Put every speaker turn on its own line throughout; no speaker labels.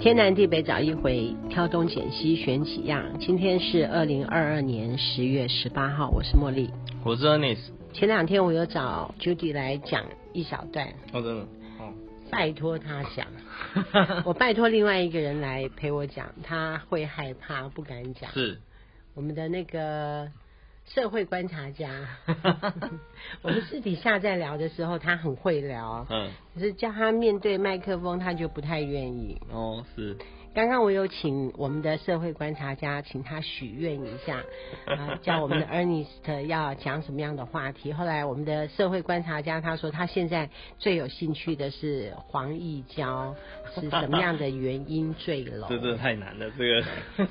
天南地北找一回，挑东拣西选几样。今天是二零二二年十月十八号，我是茉莉。
我是 Ernest，
前两天我有找 Judy 来讲一小段，
哦，真的，哦，
拜托他讲， 我拜托另外一个人来陪我讲，他会害怕不敢讲。
是，
我们的那个社会观察家，我们私底下在聊的时候，他很会聊，
嗯，
可是叫他面对麦克风，他就不太愿意。
哦，是，。
刚刚我有请我们的社会观察家，请他许愿一下，啊、叫我们的 Ernest 要讲什么样的话题。后来我们的社会观察家他说，他现在最有兴趣的是黄奕娇是什么样的原因坠楼
这真的太难了，这个，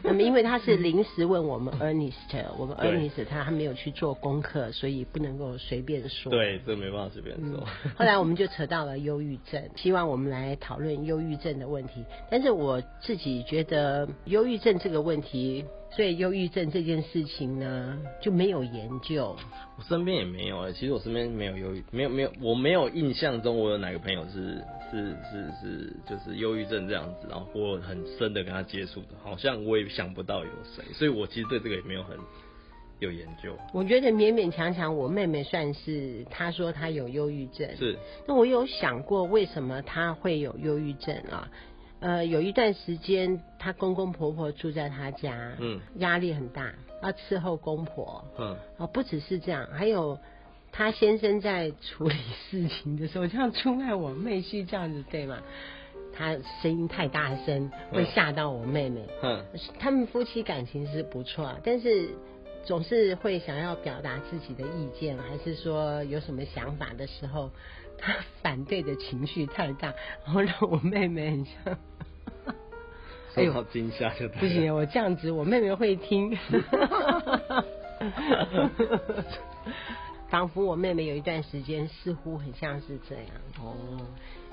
那么，因为他是临时问我们 Ernest，我们
对
Ernest 他还没有去做功课，所以不能够随便说。
对，这没办法随便
嗯
说，
后来我们就扯到了忧郁症，希望我们来讨论忧郁症的问题。但是我自己觉得忧郁症这个问题，所以忧郁症这件事情呢就没有研究。
我身边也没有哎，其实我身边没有忧郁，没有没有，我没有印象中我有哪个朋友是是是是就是忧郁症这样子，然后我很深的跟他接触的，好像我也想不到有谁，所以我其实对这个也没有很有研究，
我觉得勉勉强强，我妹妹算是她说她有忧郁症，
是，
那我有想过为什么她会有忧郁症啊？呃，有一段时间她公公婆婆住在她家，
嗯
压力很大，要伺候公婆，
嗯，
哦，不只是这样，还有他先生在处理事情的时候，这样出卖我妹婿这样子，对吗？他声音太大声，会吓到我妹妹。
哼，
他们夫妻感情是不错，啊但是总是会想要表达自己的意见，还是说有什么想法的时候，他 反对的情绪太大，然后让我妹妹很像。哎
受
呦
到惊吓就对
不
了
行，我这样子我妹妹会 听。仿佛我妹妹有一段时间似乎很像是这样。
哦，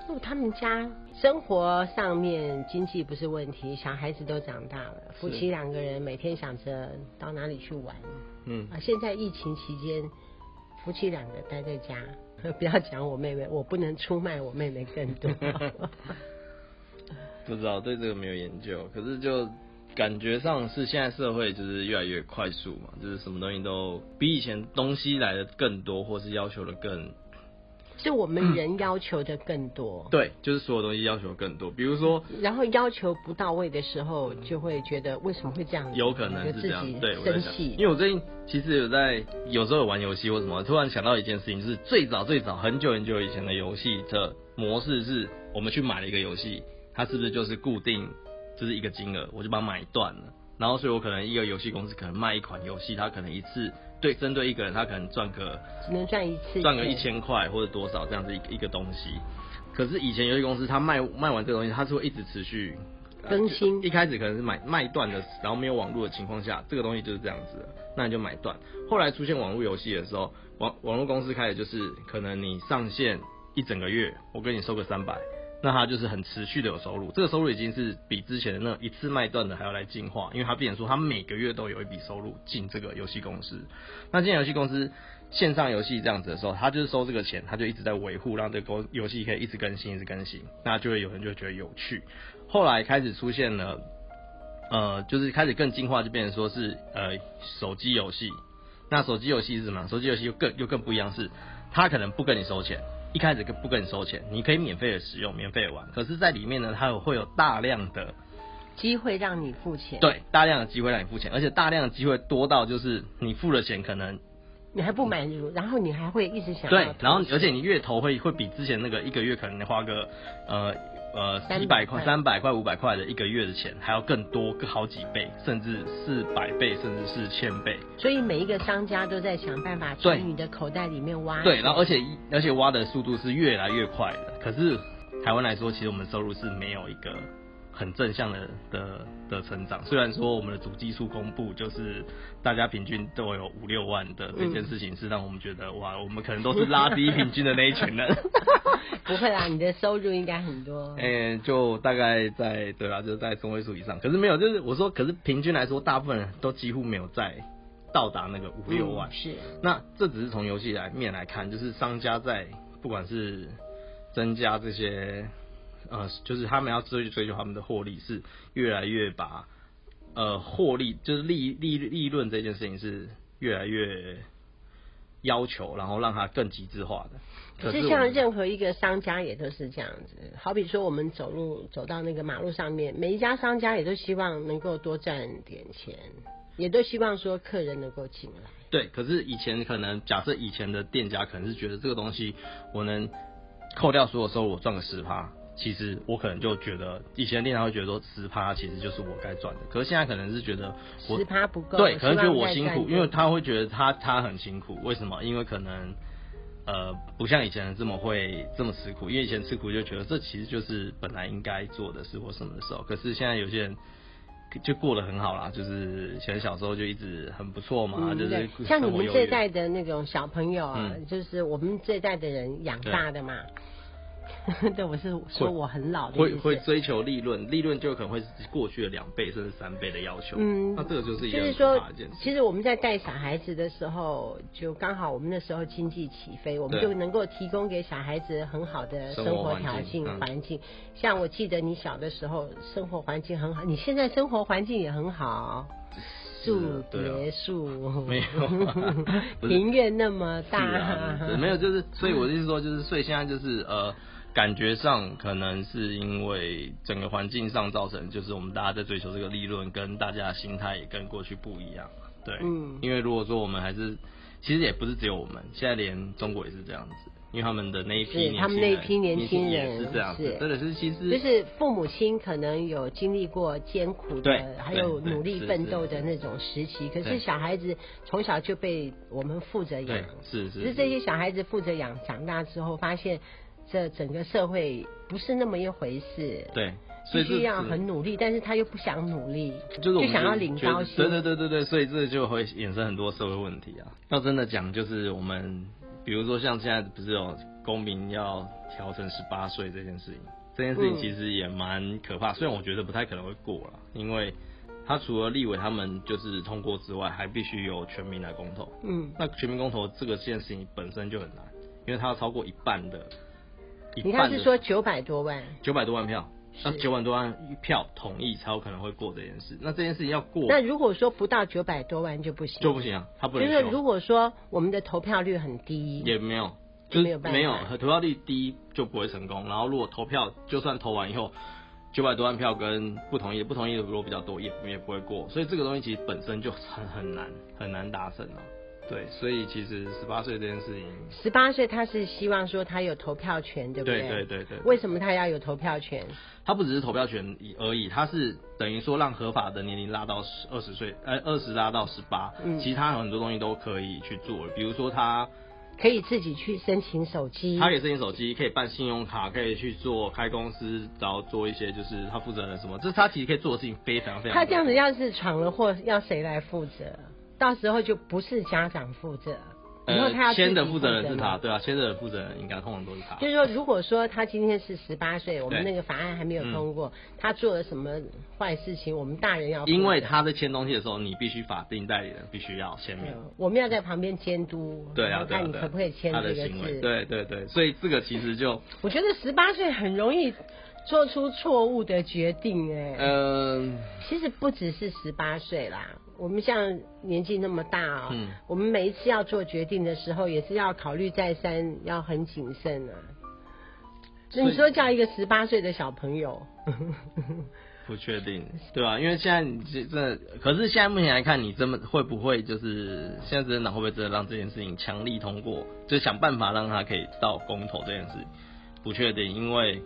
因为他们家生活上面经济不是问题，小孩子都长大了，夫妻两个人每天想着到哪里去玩
嗯
啊。现在疫情期间，夫妻两个待在家， 不要讲我妹妹，我不能出卖我妹妹更 多。
不知道，对这个没有研究，可是就感觉上是现在社会就是越来越快速嘛，就是什么东西都比以前东西来的更多，或是要求的更
是我们人要求的更多。
对，就是所有东西要求更多。比如说，
然后要求不到位的时候，就会觉得为什么会这样子？
有可能
就是自
这样
己，
对我在
生
想，因
气。
为我最近其实有在有时候有玩游戏或什么，突然想到一件事情，就是最早最早很久很久以前的游戏的模式是，我们去买了一个游戏，它是不是就是固定就是一个金额，我就把它买断了，然后所以我可能一个游戏公司可能卖一款游戏，它可能一次对针对一个人，他可能赚个
只能赚一次，
赚个一。千块或者多少这样子一个一个东西。可是以前游戏公司它卖卖完这个东西，它是会一直持续呃
更新
就一开始可能是买卖断的，然后没有网络的情况下，这个东西就是这样子的，那你就买断。后来出现网络游戏的时候，网网络公司开始就是可能你上线一整个月，我跟你收个三百。那它就是很持续的有收入，这个收入已经是比之前的那一次卖断的还要来进化，因为它变成说它每个月都有一笔收入进这个游戏公司。那进游戏公司线上游戏这样子的时候，他就是收这个钱，他就一直在维护，让这个公游戏可以一直更新，一直更新，那就会有人就会觉得有趣。后来开始出现了，呃，就是开始更进化，就变成说是呃手机游戏。那手机游戏是什么？手机游戏又更又更不一样是，他可能不跟你收钱，一开始跟不跟你收钱，你可以免费的使用，免费的玩。可是，在里面呢，它有会有大量的
机会让你付钱，，
对大量的机会让你付钱，而且大量的机会多到就是你付了钱可能
你还不满足，然后你还会一直想要
对，然后
投
而且你月投会会比之前那个一个月可能花个呃呃
300
几百块、
块
三百块、五百块的一个月的钱还要更多，更好几倍，甚至四百倍，甚至是千倍。
所以每一个商家都在想办法
对
从你的口袋里面挖。
啊对，然后而且而且挖的速度是越来越快的。可是台湾来说，其实我们收入是没有一个很正向的的的成长。虽然说我们的主基数公布就是大家平均都有五六万的这件事情，是让我们觉得、哇，我们可能都是拉低平均的那一群 人。
不会啦，你的收入应该很多。
诶、就大概在对啦，就是在中位数以上。可是没有，就是我说，可是平均来说，大部分人都几乎没有在到达那个五六万。
嗯是，
那这只是从游戏来面来看，就是商家在不管是增加这些呃，就是他们要追追求他们的获利是越来越把呃获利就是利利利润这件事情是越来越要求，然后让它更极致化的。
可
我
是
们
像任何一个商家也都是这样子，好比说我们走路走到那个马路上面，每一家商家也都希望能够多赚点钱，也都希望说客人能够进来。
对，可是以前可能假设以前的店家可能是觉得这个东西我能扣掉所有收入，我赚个十趴。其实我可能就觉得，以前的店家会觉得说十趴其实就是我该赚的，可是现在可能是觉得我
十趴不够，
对，可能觉得我
希
辛
望再
苦，
赚
因为他会觉得他他很辛苦，为什么？因为可能呃不像以前这么会这么吃苦，因为以前吃苦就觉得这其实就是本来应该做的事或什么的时候，可是现在有些人。就过得很好啦，就是以前小时候就一直很不错嘛，
嗯，
啊就
对
是，
像你
生活
们
优
这
越
代的那种小朋友啊，
嗯
就是我们这代的人养
对
大的嘛。 对，我是说我很老的
会
意思
会追求利润，利润就可能会是过去的两倍甚至三倍的要求。
嗯
那这个就是一
就
个
是
很
说
可怕的一件事。，
其实我们在带小孩子的时候，就刚好我们那时候经济起飞，我们
对
就能够提供给小孩子很好的生
生活
活
环
条
境
件
嗯
环境。像我记得你小的时候，生活环境很好，你现在生活环境也很好，住
对啊
别墅，
没有啊不 是
庭院那么大，
是啊，对没有，就是，所以我的
嗯
意思说，就是，所以现在就是呃，感觉上可能是因为整个环境上造成，就是我们大家在追求这个利润，跟大家的心态也跟过去不一样，啊对，
嗯
因为如果说我们还是，其实也不是只有我们，现在连中国也是这样子，因为他们的那一批
是
年轻人，
他们那一批年轻
也
人
是这样子
是，
真的是其实
就是父母亲可能有经历过艰苦
对
的，还有
对对
努力奋斗的那种时期。可是
对
小孩子从小就被我们负责养
对，，是
只
是
是这些小孩子负责养，长大之后发现这整个社会不是那么一回事。
对，所
必
以这
须要
是
很努力，但是他又不想努力，
就是我们
想要领
觉得
高薪。
对对对对对，所以这就会衍生很多社会问题啊。要真的讲，就是我们比如说像现在不是有公民要调成十八岁这件事情，这件事
嗯
情其实也蛮可怕，虽然我觉得不太可能会过了，因为他除了立委他们就是通过之外，还必须由全民来公投。
嗯，
那全民公投这个这件事情本身就很难，因为它要超过一半的，一
你
半
看
的
是说九百多万，
九百多万票，那
是
九万多万票同意才有可能会过这件事。那这件事情要过
那如果说不到九百多万就不行，
就不行啊，他不
就
能
是
修，
如果说我们的投票率很低，
也没有，
就
就
没有
是
办法
没有投票率低就不会成功。然后如果投票就算投完以后，九百多万票跟不同意的不同意的如果比较多，也也不会过。所以这个东西其实本身就很很难很难达成啊。对，所以其实十八岁这件事情，
十八岁他是希望说他有投票权，对不
对
对
对对对，
为什么他要有投票权？
它不只是投票权而已，它是等于说让合法的年龄拉到十二十岁，呃，二十拉到十八、
嗯
其他很多东西都可以去做，比如说他
可以自己去申请手机，
他可以申请手机，可以办信用卡，可以去做开公司，然后做一些就是他负责人什么，这是他其实可以做的事情非常非常。
他这样子，要是闯了祸，要谁来负责？到时候就不是家长负责，以后他要
呃，
自己
签的负责人是
吗
他，。对啊，签的负责人应该通常都是他。
就是说，如果说他今天是十八岁，我们
对
那
嗯
个法案还没有通过，他做了什么坏事情，我们大人要负责
因为他在签东西的时候，你必须法定代理人必须要签名
对。我们要在旁边监督，
对
嗯然
啊，
后
对啊，
看你
对啊
可不可以签
他
这
的
个
行为，
字。
对对对，所以这个其实就
我觉得十八岁很容易做出错误的决定、哎、
嗯，
其实不只是十八岁啦，我们像年纪那么大啊、
嗯
我们每一次要做决定的时候，也是要考虑再三，要很谨慎啊。那
所
你
以
说叫一个十八岁的小朋友，
不确定，对吧、因为现在你这真的，可是现在目前来看，你这么会不会就是现在执政党会不会真的让这件事情强力通过，就想办法让他可以到公投这件事，不确定，因为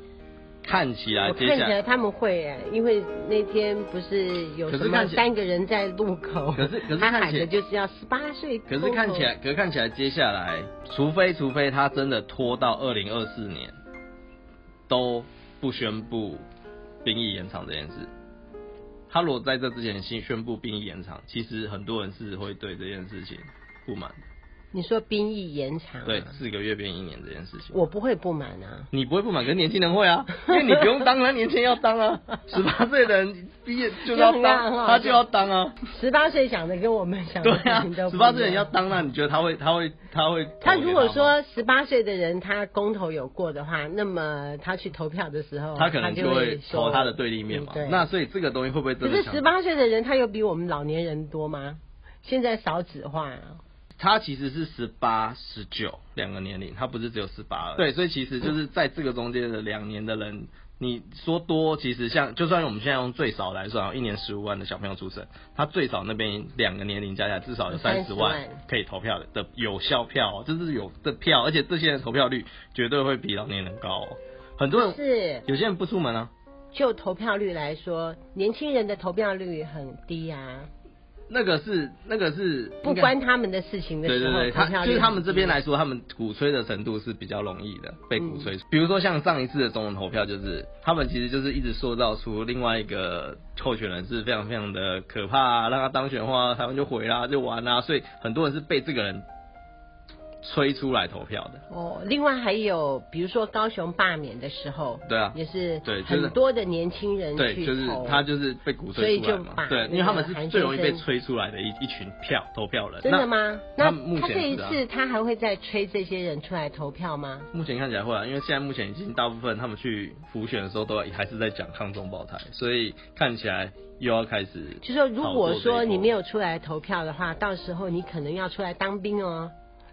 看起来
我
接
看起
下来
来，他们会哎、因为那天不是有
可
什
是
么
看起
三个人在路口，
可是可是
他
看
喊
起
的
来
就是要十八岁，
可是看起来，可是看起来接下来，除非除非他真的拖到二零二四年都不宣布兵役延长这件事。他如果在这之前先宣布兵役延长，其实很多人是会对这件事情不满的。
你说兵役延长、啊，
对，四个月变一年这件事情，
我不会不满啊。
你不会不满，可是年轻人会啊，因为你不用当了，年轻人要当啊，十八岁的人毕业就是要
就很好很好
当，他就要当啊，
十八岁想的跟我们想
对
的
啊
可能都，不
十
一
八
样
岁人要当，那你觉得他会他会他会投给吗？
他如果说十八岁的人他公投有过的话，那么他去投票的时候，
他可能
就
就会投
说
他的对立面嘛
嗯对，
那所以这个东西会不会
可
真的
是
想
十八岁的人，他有比我们老年人多吗？现在少子化、啊，
他其实是十八、十九两个年龄，他不是只有十八了。对，所以其实就是在这个中间的两年的人，你说多，其实像就算我们现在用最少来算，一年十五万的小朋友出生，他最少那边两个年龄加起来至少有三十
30
万
万
可以投票的的有效票、哦，这是有的票，而且这些人投票率绝对会比老年人高、哦。很多人
是
有些人不出门啊，
就投票率来说，年轻人的投票率很低啊。
那个是那个是
不
应该
关他们的事情的
对
时
对
候，
对，
投
他
票率
就是他们这边
很
来说，他们鼓吹的程度是比较容易的被鼓
嗯
吹。比如说像上一次的总统投票，就是他们其实就是一直塑造出另外一个候选人是非常非常的可怕、啊，让他当选的话，台湾就毁啦，就完啦、所以很多人是被这个人吹出来投票的。
低哦。另外还有，比如说高雄罢免的时候，
对啊，
也是
对就是
很多的年轻人
对，
去
就是
投
他就是被鼓吹出来
所以就
嘛
把，
对，因为他们是最容易被吹出来的一一群票投票人。
真的？吗？
他
那
目
他
前
这一
是啊
次他还会再催这些人出来投票吗？
目前看起来会啊，因为现在目前已经大部分他们去浮选的时候都还是在讲抗中保台，所以看起来又要开始。
就说如果说你没
有
有出来投票的话，到时候你可能要出来当兵哦，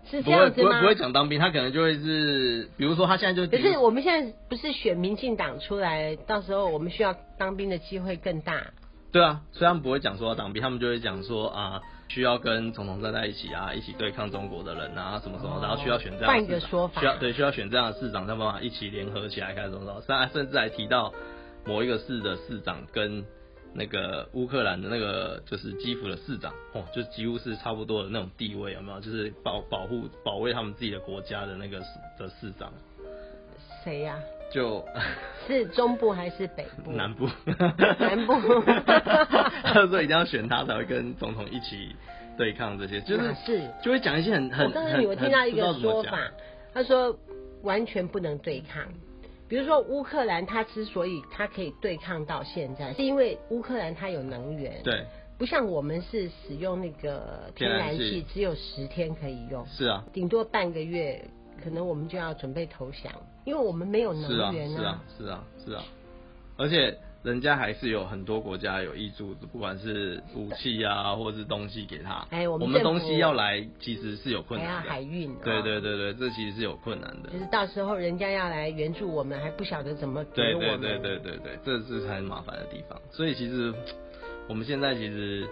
是
不
这
会
样
不
子
会
吗
不？会讲当兵，他可能就会是，比如说他现在就
可是我们现在不是选民进党出来，到时候我们需要当兵的机会更大。
对啊，虽然不会讲说要当兵，他们就会讲说啊，需要跟总统站在一起啊，一起对抗中国的人啊，什么什么，
哦
然后需要选这样的
换一个
市长
说法
需要对需要选这样的市长，他们一起联合起来开始什么什么，甚甚至还提到某一个市的市长跟那个乌克兰的那个就是基辅的市长，哦，就几乎是差不多的那种地位，有没有？就是保保护保卫他们自己的国家的那个市的市长，
谁呀、
就
是中部还是北部？
南部，
嗯南部
所以一定要选他才会跟总统一起对抗这些，就是
哪是
就会讲一些很很
我告诉你，
很
我听到一个
很不知道
说
怎么
法，他说完全不能对抗。比如说乌克兰，它之所以它可以对抗到现在，是因为乌克兰它有能源
讲，，对，
不像我们是使用那个天然
天然
气
气，
只有十天可以用，
是啊，
顶多半个月，可能我们就要准备投降，因为我们没有
是啊，
能源
是啊，是啊，是啊，而且人家还是有很多国家有挹注，不管是武器啊，或是东西给他，
哎我
我
们
们
政
东
府
西要来其实是有困
还要
难
海
的，
运、哦，
对对对对，这其实是有困难的，
就是到时候人家要来援助我们，还不晓得怎么给
对
我
对
们。
对对对对，这是很麻烦的地方。所以其实我们现在其实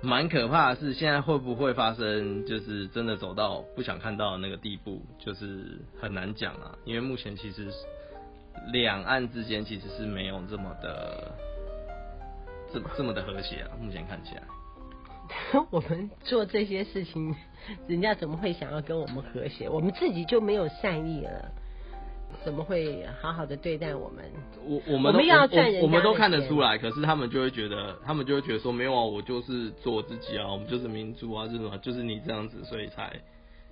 蛮可怕的是，现在会不会发生，就是真的走到不想看到的那个地步，就是很难讲啊。因为目前其实两岸之间其实是没有这么的。这这么的和谐啊，目前看起来，
我们做这些事情，人家怎么会想要跟我们和谐？我们自己就没有善意了，怎么会好好的对待我们？
我我们
我
都
们要
我
赚人家
我们都
的
看得
钱
出来，可是他们就会觉得，他们就会觉得说，没有啊，我就是做我自己啊，我们就是民主啊，就是什么，就是你这样子，所以才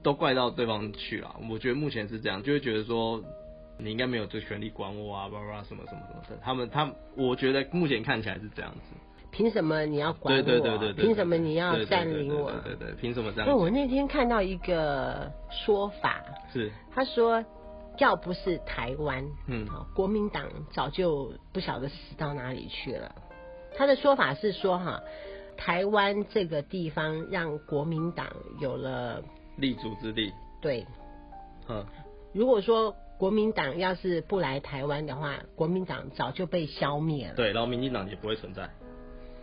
都怪到对方去了。我觉得目前是这样，就会觉得说你应该没有这权利管我啊，巴拉巴拉什么什么什么的。他们他们，我觉得目前看起来是这样子。
凭什么你要管我？啊
对对对对对，
凭什么你要
对对对
占领我？
对对对，对凭什么这
那
样？
我那天看到一个说法，
是
他说。要不是台湾，
嗯
好国民党早就不晓得死到哪里去了。他的说法是说，哈，台湾这个地方让国民党有了
立足之地，
对
嗯，
如果说国民党要是不来台湾的话，国民党早就被消灭了。
对，然后民进党也不会存在。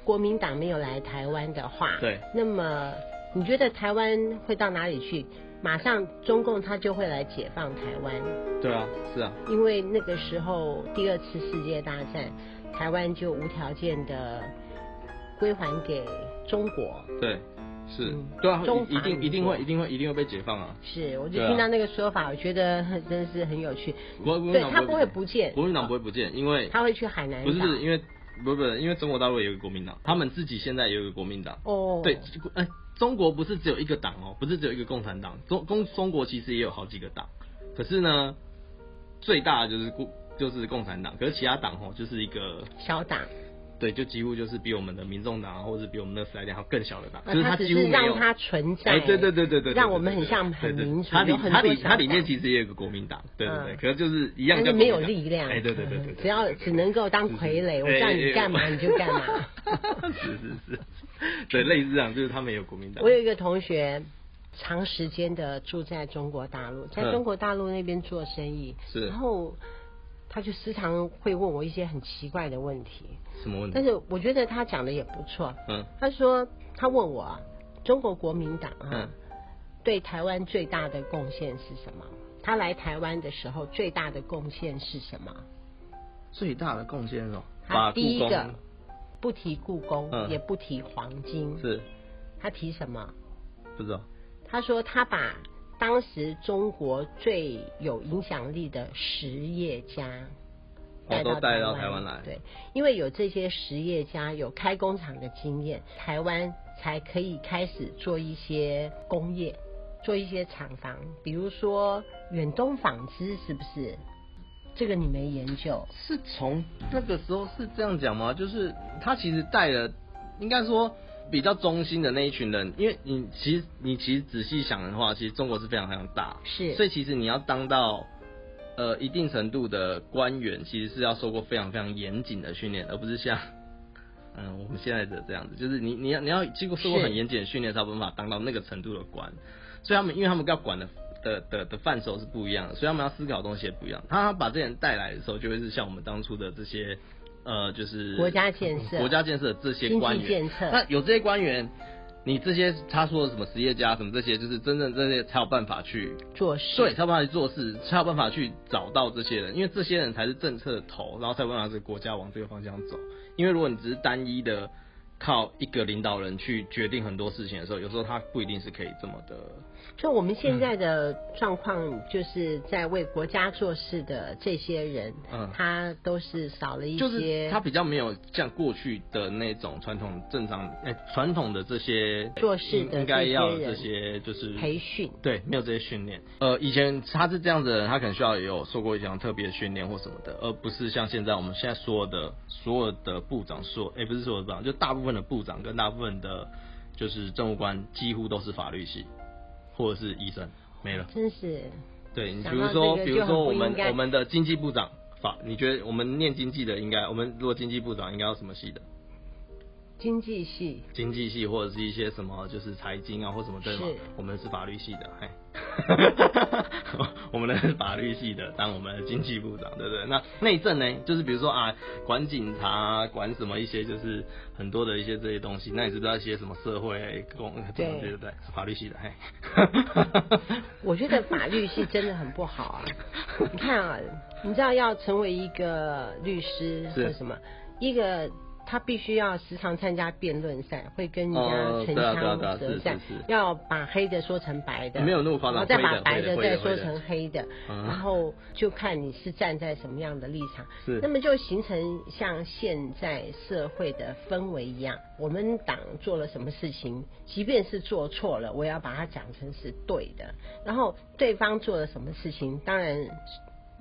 国民党没有来台湾的话，
对，
那么你觉得台湾会到哪里去？马上中共他就会来解放台湾，
对啊，是啊，
因为那个时候第二次世界大战，台湾就无条件的归还给中国。
对，是
嗯，
对啊，
中
一一
华
定
民
一定
国
会一定会一定会被解放啊！
是，我就
对啊
听到那个说法，我觉得真的是很有趣。
国国民
对
党
他不会
不
不见，
国民党不会不见，因为
他会去海南岛。
不是不是因为不是不是因为中国大陆也有一个国民党，他们自己现在也有一个国民党。
哦，
对，哎，中国不是只有一个党哦，不是只有一个共产党，中中中国其实也有好几个党，可是呢，最大的就是共就是共产党，可是其他党哦就是一个
小党，
对，就几乎就是比我们的民众党啊，或者是比我们的时代党还要更小的党，就是
那哦啊它只
几乎
是
没有
让。它存在。
哎，对对对对对对，
让我们
对对
很像很
对对
民主
它里
有很
它
多
里
小
它里面
党
其实也有个国民党，对对对，
嗯
可是就是一样
但是
叫国
没
民
有
党
力量，嗯
哎，对对对对，
只要只能够当傀儡，我叫你干嘛你就干嘛。
嘛，哎 是是是， 对，类似这样，就是他们也有国民党
我，有一个同学，长时间的住在中国大陆，在
嗯
中国大陆那边做生意，
是
然后他就时常会问我一些很奇怪的问题，
什么问
但
题？
是我觉得他讲的也不错。
嗯
他说他问我啊中国国民党啊、
嗯，
对台湾最大的贡献是什么？他来台湾的时候最大的贡献是什么？
最大的贡献哦，把
他
故
第一
宫
个不提故宫，
嗯
也不提黄金，
是
他提什么？
不知道
他说他把当时中国最有影响力的实业家
哦都带到台湾来
对，因为有这些实业家有开工厂的经验，台湾才可以开始做一些工业，做一些厂房，比如说远东纺织，是不是？这个你没研究，
是从那个时候是这样讲吗？就是他其实带了，应该说比较中心的那一群人，因为你其实你其实仔细想的话，其实中国是非常非常大，
是
所以其实你要当到呃一定程度的官员，其实是要受过非常非常严谨的训练，而不是像。嗯，我们现在的这样子，就是你你要你要经过受过
是
很严谨的训练，才有办法当到那个程度的官。所以他们因为他们要管的的的的范畴是不一样的，所以他们要思考的东西也不一样。他把这些人带来的时候，就会是像我们当初的这些呃，就是嗯
国家建设
国家建设的这些
经
官
济
员。
建设。
那有这些官员，你这些他说的什么实业家什么这些，就是真正这些才有办法去
做事，
对，才有办法去做事，才有办法去找到这些人，因为这些人才是政策的头，然后才有办法这个国家往这个方向走。因为如果你只是单一的靠一个领导人去决定很多事情的时候，有时候他不一定是可以这么的
就我们现在的状况，就是在为国家做事的这些人，
嗯
他都是少了一些，
就是他比较没有像过去的那种传统正常，哎、传统的这些
做事的
应应该要有
这
这
些
些就是
培训，
对，没有这些训练。呃，以前他是这样子的人，他可能需要也有受过一项特别的训练或什么的，而不是像现在我们现在所有的所有的部长说，哎、不是所有的部长，就大部分的部长跟大部分的，就是政务官几乎都是法律系或者是医生，没了。
真是
对，你比
想
如
到
说，
这个
比
就
如
很
说
不
我们
应该
我们的经济部长法，你觉得我们念经济的应该，我们如果经济部长应该要什么系的？
经济系
经济系或者是一些什么就是财经啊或什么对吗
是？
我们是法律系的， 嘿，我们的是法律系的当我们的经济部长，对不对？那内政呢，就是比如说啊，管警察、啊，管什么一些就是很多的一些这些东西，那也是不知道一些什么社会公
对
对对对，法律系的， 嘿，
我觉得法律系真的很不好 啊！你看啊，你知道要成为一个律师
是
或什么，一个他必须要时常参加辩论赛，会跟人
哦
家唇
对啊对啊对啊
枪舌
是
战
是是，
要把黑的说成白的，
没有那么夸张
然后再把
会
白
的会
再
的会
说
的
成黑的，
嗯
然后就看你是站在什么样的立场。
是
那么就形成像现在社会的氛围一样，我们党做了什么事情，即便是做错了，我也要把它讲成是对的。然后对方做了什么事情，当然是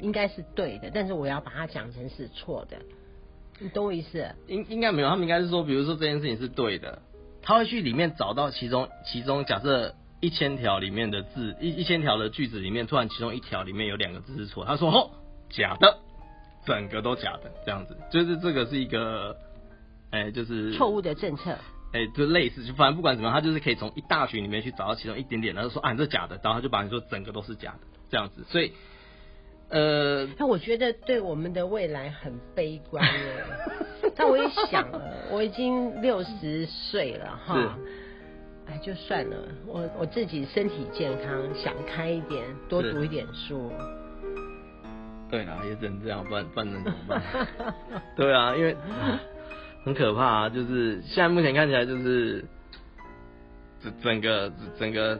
应该是对的，但是我要把它讲成是错的。你懂我意思？
应应该没有，他们应该是说，比如说这件事情是对的，他会去里面找到其中其中假设一千条里面的字一一千条的句子里面，突然其中一条里面有两个字是错，他说哦假的，整个都假的这样子，就是这个是一个，哎、就是
错误的政策，
哎、就类似，就反正不管怎么样，他就是可以从一大群里面去找到其中一点点，然后说啊你这假的，然后他就把你说整个都是假的这样子，所以呃
那我觉得对我们的未来很悲观 耶。但我也想了，我已经六十岁了哈，哎，就算了，我我自己身体健康，想开一点，多
是
读一点书。
对啦，也只能这样，不然不然能怎么办？对啊，因为啊很可怕啊，就是现在目前看起来就是整整个整个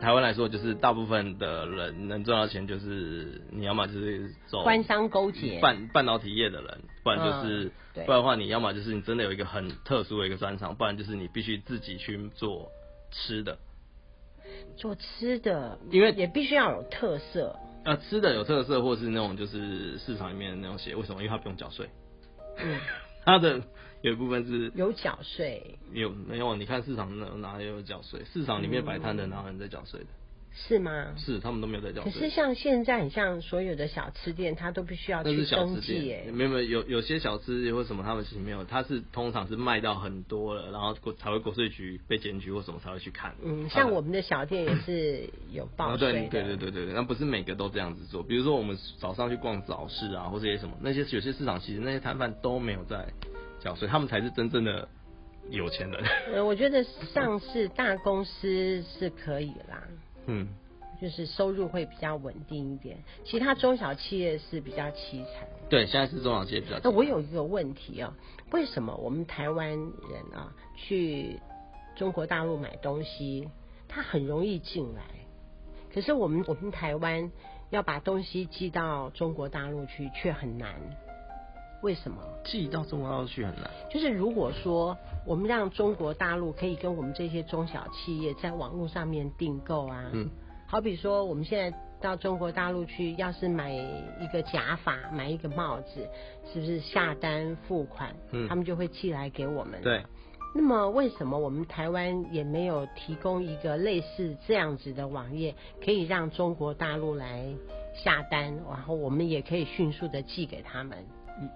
台湾来说，就是大部分的人能赚到钱，就是你要么就是走
官商勾结，
半半导体业的人，不然就是、
嗯对
不然的话，你要么就是你真的有一个很特殊的一个专长，不然就是你必须自己去做吃的，
做吃的，
因为
也必须要有特色。
呃，吃的有特色，或是那种就是市场里面的那种鞋，为什么？因为它不用缴税，
嗯，
它的有一部分是
有缴税
有没有？你看市场哪哪有缴税？市场里面摆摊的哪有人在缴税的？
是吗？
是他们都没有在缴
可是
税。
像现在，很像所有的小吃店，它都必须要
那是
去
小
登
吃
记
店，
耶。
没有没有有有些小吃或什么，他们是没有，他是通常是卖到很多了，然后国才会国税局被检举或什么才会去看。
嗯，
他
像
们
我们的小店也是有报
啊，
税
对
的、
对对对对，那不是每个都这样子做。比如说我们早上去逛早市啊，或者些什么，那些有些市场其实那些摊贩都没有在缴税，他们才是真正的有钱人。
呃，我觉得上市大公司是可以啦，
嗯，
就是收入会比较稳定一点。其他中小企业是比较凄惨。
对，现在是中小企业比较。
那我有一个问题哦，为什么我们台湾人啊去中国大陆买东西，他很容易进来，可是我们我们台湾要把东西寄到中国大陆去却很难，为什么？
寄到中国大陆去很难。
就是如果说我们让中国大陆可以跟我们这些中小企业在网络上面订购啊，
嗯，
好比说我们现在到中国大陆去，要是买一个假发、买一个帽子，是不是下单付款，
嗯
他们就会寄来给我们？。
对，
那么为什么我们台湾也没有提供一个类似这样子的网页，可以让中国大陆来下单，然后我们也可以迅速的寄给他们？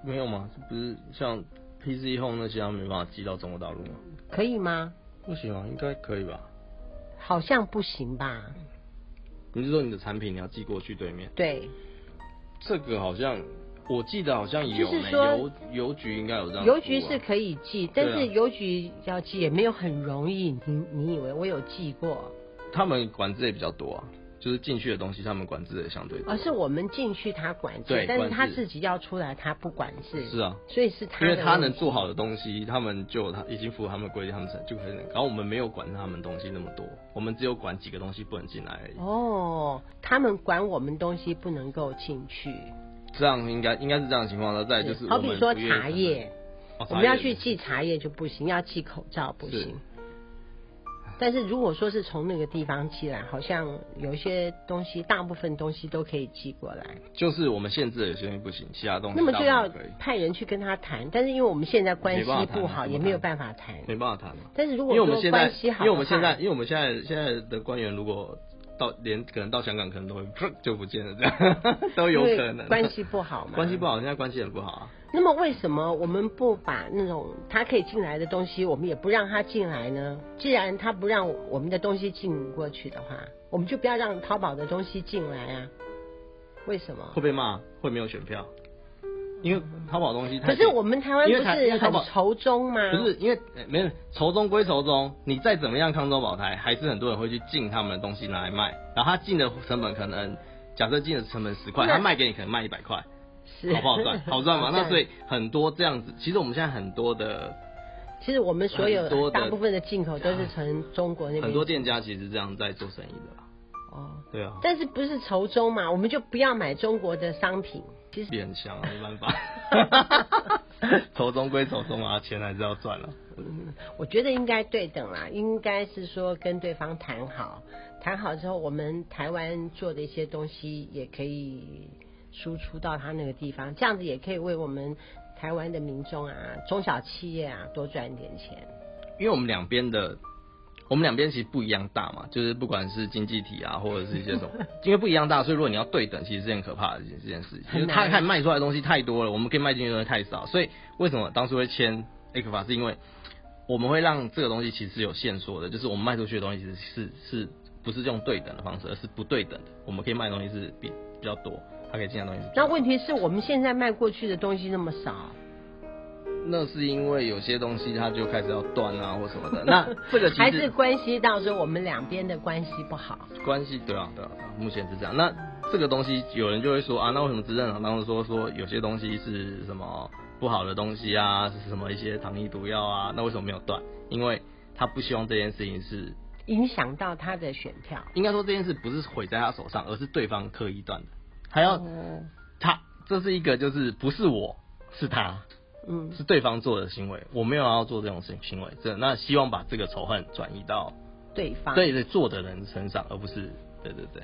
没有吗？不是像 PC Home 那些，他们没办法寄到中国大陆吗？
可以吗？
不行啊，应该可以吧？
好像不行吧？
你是说你的产品你要寄过去对面？
对，
这个好像我记得好像有
就是
呢，
说
邮邮局应该有这样、
邮局是可以寄，但
啊对
是
啊
邮局要寄也没有很容易。你你以为我有寄过？
他们管制也比较多啊，就是进去的东西他们管制也相对多。
而啊是我们进去他管制
对，
但是
管制
他自己要出来他不管制，
是啊，
所以是他
因
的
为他能
问题
做好的东西，他们就有他已经符合他们的规定，他们才就可以。然后我们没有管他们东西那么多，我们只有管几个东西不能进来而已。
哦，他们管我们东西不能够进去，
这样应该应该是这样的情况了。再来就是
好
我
比
们
说
不愿意
茶叶，
哦
我们要
茶叶
去寄茶叶就不行，要寄口罩不
是
行。但是如果说是从那个地方寄来，好像有一些东西，大部分东西都可以寄过来。
就是我们限制了有些东西不行，其他东西
那么就要
大部分可以
派人去跟他谈，但是因为我们现在关系
没办法谈
不
啊
好，
怎么
也没有办
谈
法谈。
没办法谈啊。
但是如
因
果
为我们
说
现在
关，系
因
好，
为我们现在，，因为我们现在现在的官员如果到连可能到香港可能都会 就不见了，这样 都有
因为
可能。
关系不好嘛，
关系不
好。
好，现在关系很不好啊。
那么为什么我们不把那种他可以进来的东西，我们也不让他进来呢？既然他不让我们的东西进过去的话，我们就不要让淘宝的东西进来啊？为什么？
会被骂，会没有选票，因为淘宝东西太
可是我们台湾
因
不
为台因
是
为淘
很
宝
仇中吗？
不是因为、呃没有仇中归仇中，你再怎么样抗中保台，还是很多人会去进他们的东西拿来卖，然后他进的成本可能。假设进的成本十块，
那
他卖给你可能卖一百块，
是，
好不 好赚？好赚嘛？那所
以
以很多这样子，其实我们现在很多的
其实我们所有
很多的
大部分的进口都是从中国那边
很多店家其实这样在做生意的啦。
哦。
对啊，
但是不是仇中嘛，我们就不要买中国的商品。其实
也很香啊，没办法， 仇中归仇中啊，钱还是要赚了、
我觉得应该对等啦，应该是说跟对方谈好，谈好之后，我们台湾做的一些东西也可以输出到他那个地方，这样子也可以为我们台湾的民众啊、中小企业啊多赚一点钱。
因为我们两边的，我们两边其实不一样大嘛，就是不管是经济体啊，或者是一些 什么，因为不一样大，所以如果你要对等，其实是很可怕的一件这件事情。
很
就是
难
他他卖出来的东西太多了，我们可以卖进去的东西太少，所以为什么当初会签 A 克法，是因为我们会让这个东西其实是有限缩的，就是我们卖出去的东西其实是是是不是用对等的方式，而是不对等的，我们可以卖的东西是比比较多，它可以进来的东西是比较
那
多。
问题是我们现在卖过去的东西那么少，
那是因为有些东西它就开始要断啊或什么的，那这个 其
还
实
是关系到说我们两边的关系不好。
关系对啊对啊，对啊目前是这样。那这个东西有人就会说啊，那为什么执政党当时说说有些东西是什么不好的东西啊，是什么一些糖衣毒药啊？那为什么没有断？因为他不希望这件事情是，
影响到他的选票，
应该说这件事不是毁在他手上，而是对方刻意断的。还要他这是一个就是不是我是他，
嗯，
是对方做的行为，我没有要做这种行行为，这那希望把这个仇恨转移到
对方。哎
对对，做的人身上，而不是对对对，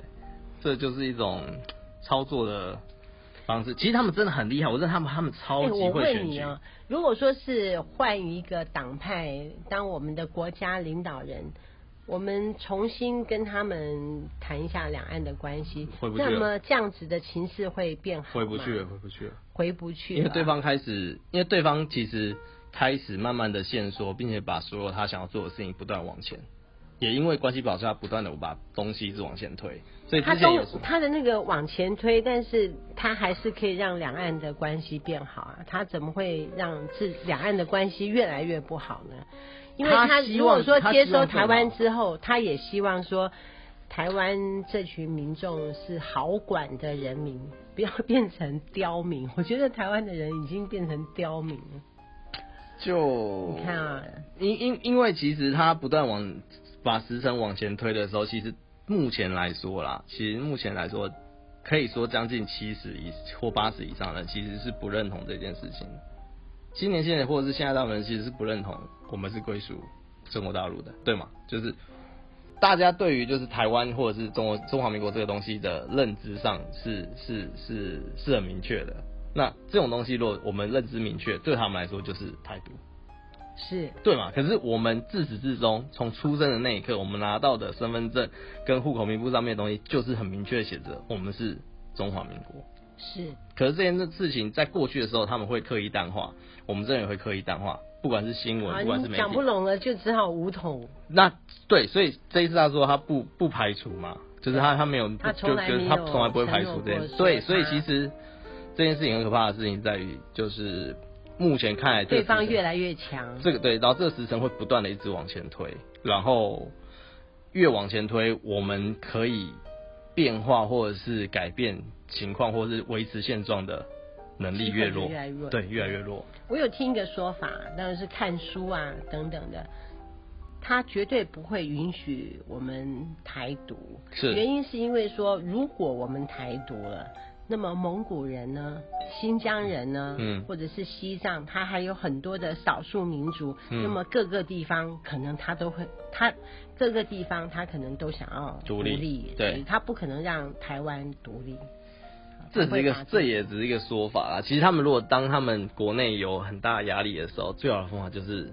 这就是一种操作的方式。其实他们真的很厉害，我认他们他们超
哎，
级
我
会选
问
举。
你哦，如果说是换一个党派当我们的国家领导人，我们重新跟他们谈一下两岸的关系
回不，去了
那么这样子的情势会变好
回不去了，
吗，
回不去了。
回不去了，
因为对方开始，因为对方其实开始慢慢的限缩，并且把所有他想要做的事情不断往前，也因为关系保持，他不断的把东西一直往前推，所以
他
之前
都
有什么？
他的那个往前推，但是他还是可以让两岸的关系变好啊。他怎么会让自两岸的关系越来越不好呢？因为
他
他
希
如果
望
说
他
接
希
收
望更
台湾
好
之后，他也希望说台湾这群民众是好管的人民，不要 变成刁民。我觉得台湾的人已经变成刁民了。
就
你看啊，
因因因为其实他不断往把时程往前推的时候，其实目前来说啦，其实目前来说，可以说将近七十以或八十以上的人其实是不认同这件事情的。青年现在或者是现在大部分人其实是不认同我们是归属中国大陆的，对吗？就是大家对于就是台湾或者是中国中华民国这个东西的认知上是是是是很明确的。那这种东西，如果我们认知明确，对他们来说就是台独。
是，
对嘛？可是我们自始至终，从出生的那一刻，我们拿到的身份证跟户口名簿上面的东西，就是很明确地写着我们是中华民国。
是，
可是这件事情在过去的时候，他们会刻意淡化，我们这边也会刻意淡化，不管是新闻，
啊，
不管是
你
媒
讲不
体。
拢了，就只好武统。
那对，所以这一次他说他不不排除嘛，就是他他没有，
他
就
从来
就
没
他
有
从来不会排除
承诺
这件
过
事。
说
对，所以
他
其实这件事情很可怕的事情在于，就是目前看哎来这
对
个
方
事情
越来越强，
这个对，然后这个时辰会不断的一直往前推，然后越往前推，我们可以变化或者是改变情况，或者是维持现状的能力越弱，
机会就越来越弱嗯
对，越来越弱。
我有听一个说法，当然是看书啊等等的，他绝对不会允许我们台独。
是
原因是因为说，如果我们台独了，那么蒙古人呢、新疆人呢，
嗯
或者是西藏，他还有很多的少数民族，
嗯
那么各个地方可能他都会，他各个地方他可能都想要
独立
立，
对
所以他不可能让台湾独立。
这
他不会
是一个
把，
这也只是一个说法啦。其实他们如果当他们国内有很大的压力的时候，最好的方法就是，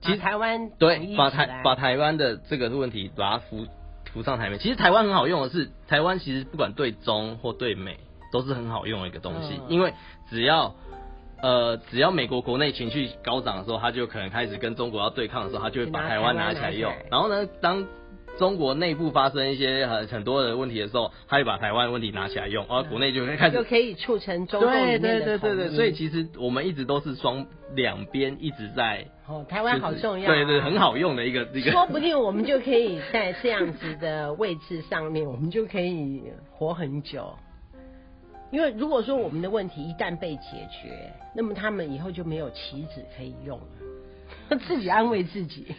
其
把
实
台湾统一
对，把
起
台
来
把台湾的这个问题把它浮浮上台面。其实台湾很好用的是，台湾其实不管对中或对美都是很好用的一个东西，
嗯
因为只要呃只要美国国内情绪高涨的时候，他就可能开始跟中国要对抗的时候，他就会
就
把
拿
台
台湾
湾拿
拿
起来
起
用
来。
然后呢，当中国内部发生一些很很多的问题的时候，他就把台湾的问题拿起来用，而国内就会开始
就可以促成嗯中共
对
里面
对
的
对
统
对
一。
对，所以其实我们一直都是双两边一直在，
哦，台湾好重要、啊，
对对，很。好用的一个一个。
说不定我们就可以在这样子的位置上面，我们就可以活很久。因为如果说我们的问题一旦被解决，那么他们以后就没有棋子可以用了， 自己安慰自己。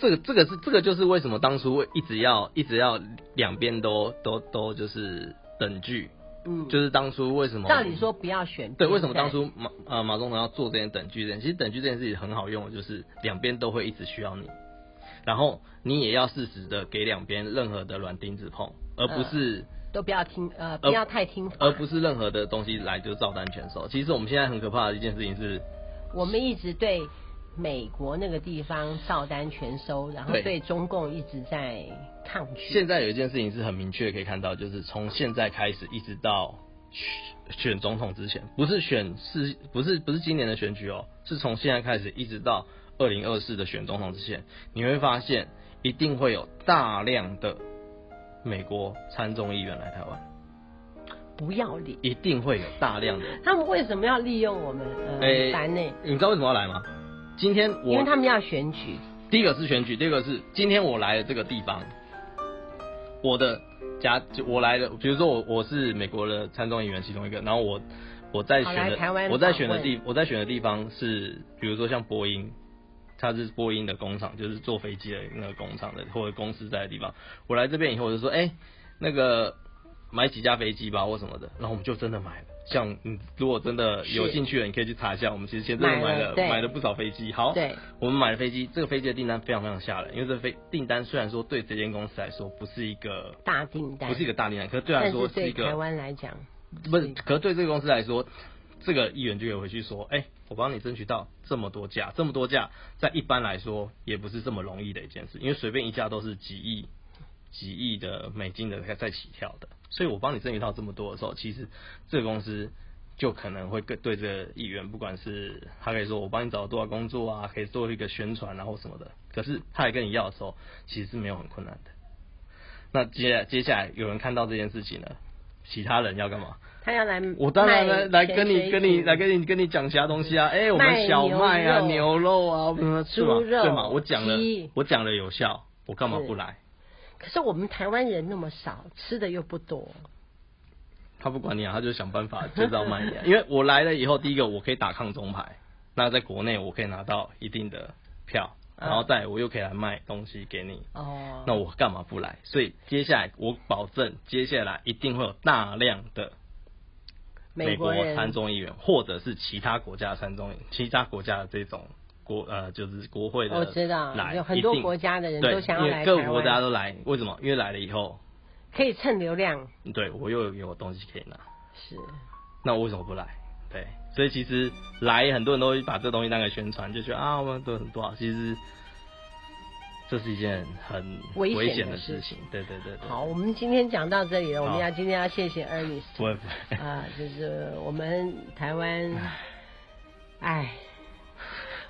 这个这个是这个就是为什么当初会一直要一直要两边都都都就是等距，
嗯，
就是当初为什么
照理说不要选
对
边
为什么
站
当初马呃马总统要做这件等距这件，其实等距这件事情很好用的，就是两边都会一直需要你，然后你也要适时的给两边任何的软钉子碰，而不是、
都不要听呃不要太听话，
而不是任何的东西来就照单全收。其实我们现在很可怕的一件事情是，
我们一直对美国那个地方照单全收，然后
对
对中共一直在抗拒。
现在有一件事情是很明确可以看到，就是从现在开始一直到选选总统之前，不是选是不是不是今年的选举哦，是从现在开始一直到二零二四的选总统之前，你会发现一定会有大量的美国参众议员来台湾，
不要脸。
一定会有大量的。
他们为什么要利用我们？呃，
诶
很烦呢、
你知道为什么要来吗？今天
因为
哎我
他们要选举，
第一个是选举，第二个是今天我来了这个地方，我的家就我来了，比如说我我是美国的参众议员其中一个，然后我我在选
好来
的
台湾
我在选的
访问
地我在选的地方是，比如说像波音，它是波音的工厂，就是做飞机的那个工厂的或者公司在的地方，我来这边以后我就说，哎、那个买几架飞机吧或什么的，然后我们就真的买了。像你如果真的有
是
兴趣的，你可以去查一下。我们其实前阵子
买
买
了
了
对
买了不少飞机，好，
对，
我们买了飞机，这个飞机的订单非常非常吓人，因为这飞订单虽然说对这间公司来说不是一个
大订单
不是一个大订单，可是对他来
但
说
是
是一
对
个
台湾来讲，
不是，可是对这个公司来说，这个议员就可以回去说，哎、我帮你争取到这么多架，这么多架，在一般来说也不是这么容易的一件事，因为随便一架都是几亿、几亿的美金的在在起跳的，所以我帮你争取到这么多的时候，其实这个公司。就可能会更对这个议员，不管是他可以说我帮你找多少工作啊，可以做一个宣传啊或什么的，可是他来跟你要的时候，其实是没有很困难的。那接下来接下来有人看到这件事情了，其他人要干嘛？
他要来，
我当然来来跟你跟你来
你。
跟你跟你讲其他东西啊，哎、我们
卖
小
牛
麦啊、
肉
牛肉啊，什么是吧
猪肉
对嘛？我讲了
鸡，
我讲了有效，我干嘛
是
不来？
可是我们台湾人那么少，吃的又不多，
他不管你啊，他就想办法就是要卖 你、啊，因为我来了以后，第一个我可以打抗中牌，那在国内我可以拿到一定的票，
啊
然后再我又可以来卖东西给你，
哦，
那我干嘛不来？所以接下来我保证，接下来一定会有大量的美国
国人
参众议员，或者是其他国家的参众议，其他国家的这种国呃，就是国会的来，
我知道有很
一
多
定
国家的人
对
都想要
因为
来
各
台
个国
湾
家都来，为什么？因为来了以后，
可以蹭流量
对我又有东西可以拿，
是
那我为什么不来？对，所以其实来很多人都会把这东西当个宣传，就觉得啊，我们都很多好，其实这是一件很
危险的
险
事
事
情
对对对对，
好。我们今天讲到这里了，我们
好
要今天要谢谢 Ernest
不会不会，
啊、就是我们台湾，哎，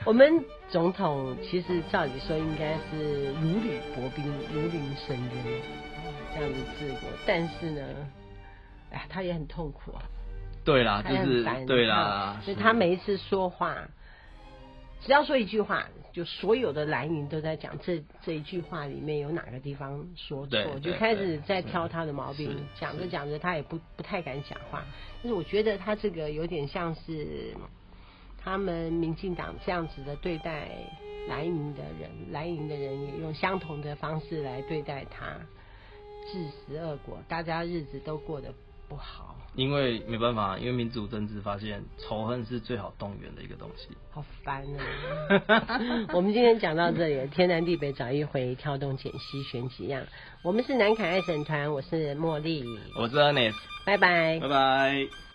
我们总统其实照理说应该是如履薄冰、如临深渊这样子治国，但是呢，哎，他也很痛苦啊。
对啦，就
他很
是
烦
对啦，
所以
是
他每一次说话，只要说一句话，就所有的来民都在讲这这一句话里面有哪个地方说
对
错，
对
就开
对
始在挑他的毛病
是。
讲着
是
讲着，他也不不太敢讲话。但是我觉得他这个有点像是他们民进党这样子的对待来民的人，来民的人也用相同的方式来对待他，自食恶果，大家日子都过得不好。
因为没办法，因为民主政治发现仇恨是最好动员的一个东西。
好烦哦！我们今天讲到这里，天南地北找一回，挑东拣西选几样。我们是南凯爱省团，我是茉莉，
我是 Ernest，
拜拜
拜。拜。